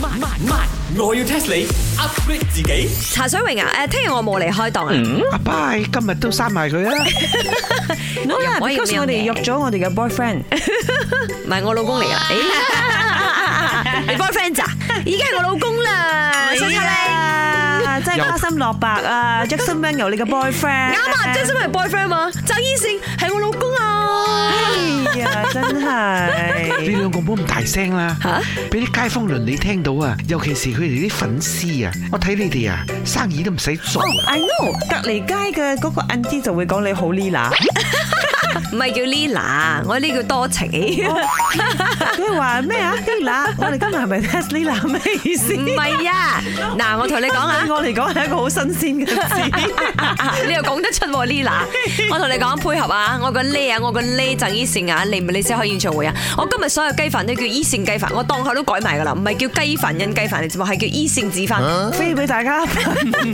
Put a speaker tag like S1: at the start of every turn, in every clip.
S1: 慢慢慢，我要 test 你 upgrade 自己。
S2: 茶水榮啊，誒，聽日我冇嚟開檔啊，
S3: 阿爸，今日都閂埋佢啦。
S4: 好
S2: 又
S4: 啦
S2: 唔可以咁樣
S4: ，because 我哋約咗我哋嘅 boyfriend，
S2: 唔係我老公嚟噶， 誒你 boyfriend 咋？已經係我老公啦，新出嚟。哎
S4: 啊，真係
S3: 又
S4: 花心落白啊！Jackson Man 由你嘅 boyfriend，
S2: 啱啊，Jason 係 boyfriend 嘛，鄭伊健係我老公啊。
S4: 哎呀，真
S3: 你
S4: 係
S3: 兩個唔好咁大聲啦
S2: 嚇，
S3: 俾啲街坊鄰里聽到啊，尤其是佢哋啲粉絲啊，我睇你哋啊，生意都唔使
S2: 哦
S3: 做啊。
S4: ，I know，隔離街嘅嗰個 a u n t 就會講你好 Lila，
S2: 唔係叫 Lila，我呢叫多情。哦
S4: 佢話咩啊？Lila，我哋今日係咪 test Lila 咩意思？
S2: 唔係啊，嗱，我同你講啊，
S4: 對我嚟講係一個好新鮮嘅 字。
S2: 你又講得出喎 Lila。我同你講配合啊，我個 L 啊，我個 L 贈伊善啊，你唔你先開演唱會啊。我今日所有雞飯都叫伊善雞飯，我檔口都改埋噶啦，唔係叫雞飯印雞飯，你知冇？係叫伊善子飯。
S4: 飛俾大家，
S2: 咁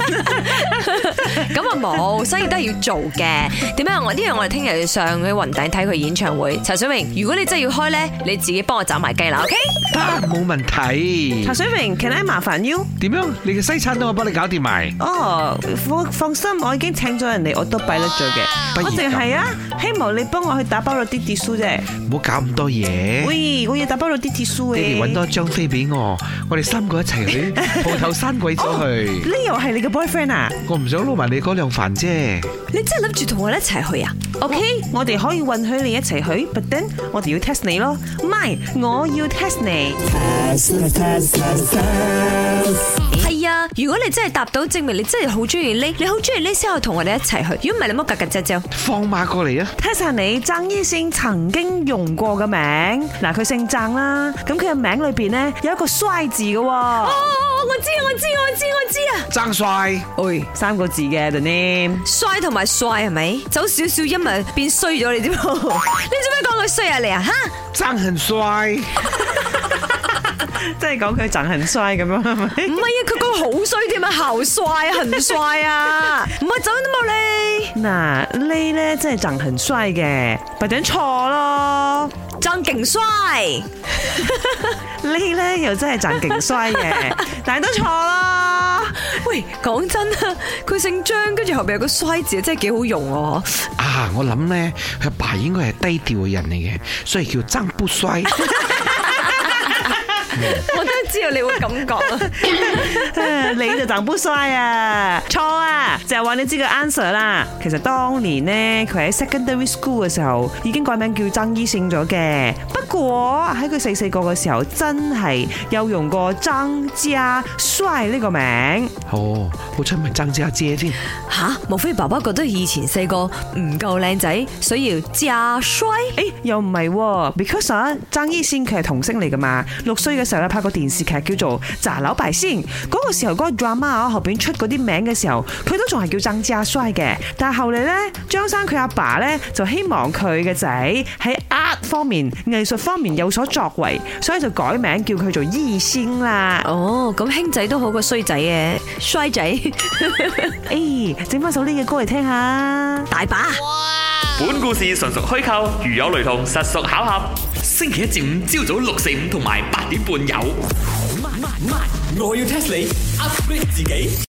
S2: 啊冇，所以都係要做嘅。點解我呢樣我哋聽日要上去雲頂睇佢演唱會。陳水明，如果你真係要開咧，你自己幫我斬埋雞啦，OK？
S3: 得，冇問題
S4: 茶。水榮，can I 麻煩 you？
S3: 點樣？你嘅西餐都我幫你搞掂埋。
S4: 哦，放放心，我已經請咗人嚟，我都擺得咗嘅。
S3: 不如
S4: 我淨
S3: 咁
S4: 係啊，希望你幫我去打包咗啲 t i 啫。
S3: 唔好搞咁多
S2: 嗯
S3: 嘢。
S4: 喂，我要打包咗啲欸 t i 嘅。
S3: 你哋揾多一張飛俾我，我哋三個一齊去鋪頭閂鬼咗去。
S4: 呢又係你嘅 boyfriend 啊？
S3: 我唔想撈埋你嗰兩飯啫。
S2: 你真係諗住同我一齊去啊？OK？
S4: 我哋可以允許你一齊去，but then 我哋要 test 你咯。唔係，我要 test 你。
S2: 係啊，如果你真係答到，證明你真係好中意呢，你好中意呢先可以同我哋一齊去。如果唔係，你冇格格啫啫。
S3: 放馬過嚟啊！
S4: test 下你鄭伊先曾經用過嘅名，嗱佢姓鄭啦，咁佢嘅名裏邊呢，有一個衰字嘅喎
S2: 哦，，我知我知我知我知啊！
S3: 爭帥，
S4: 喂，三個字嘅 the name。
S2: 衰同埋帥係咪？走少少音咪變衰咗 你知冇？你做咩講佢衰啊你啊吓？
S3: 爭很帥。
S4: 即係講佢贈很衰咁樣係咪？
S2: 唔係啊，佢講好衰添啊，姣帥很帥啊，唔係走都冇你，
S4: 嗱，呢咧真係贈很衰嘅，咪等錯咯。
S2: 張勁帥，
S4: 呢咧又真係贈勁衰 嘅，但係都錯咯。
S2: 喂，講真啊，佢姓張，跟住後邊有個衰字，真係幾好用哦。
S3: 啊，我諗咧，佢阿爸應該係低調嘅人嚟嘅，所以叫爭不衰。
S2: 我都知道你會咁講 啊。
S4: 你就贈不衰啊，錯啊，就係話你知個 answer 啦。其實當年呢，佢喺 secondary school 嘅時候已經改名叫曾醫聖咗嘅。不過喺佢細細個嘅時候，真係有用過曾家衰呢個名。
S3: 哦，好彩咪爭只阿姐添。
S2: 吓，莫非爸爸覺得以前細個唔夠靚仔，所以要嫁衰？
S4: 誒又唔係喎，because 啊，爭醫先佢係童星嚟噶嘛。六歲嘅時候咧拍過電視劇叫做《炸樓敗先》，嗰個時候嗰個 drama 啊後邊出嗰啲名嘅時候，佢都仲係叫曾志阿衰嘅。但係後嚟呢，張生佢阿爸呢，就希望佢嘅仔喺 art 方面、藝術方面有所作為，所以就改名叫佢做醫先啦。
S2: 哦，咁兄仔都好過衰仔嘅， 衰仔
S4: 誒、整翻首呢嘅歌嚟聽下。
S2: 大把。
S5: 本故事純屬虛構，如有雷同，實屬巧合。星期一至五朝早六四五同埋八點半有。
S1: 慢慢慢，我要 test 你 upgrade 自己。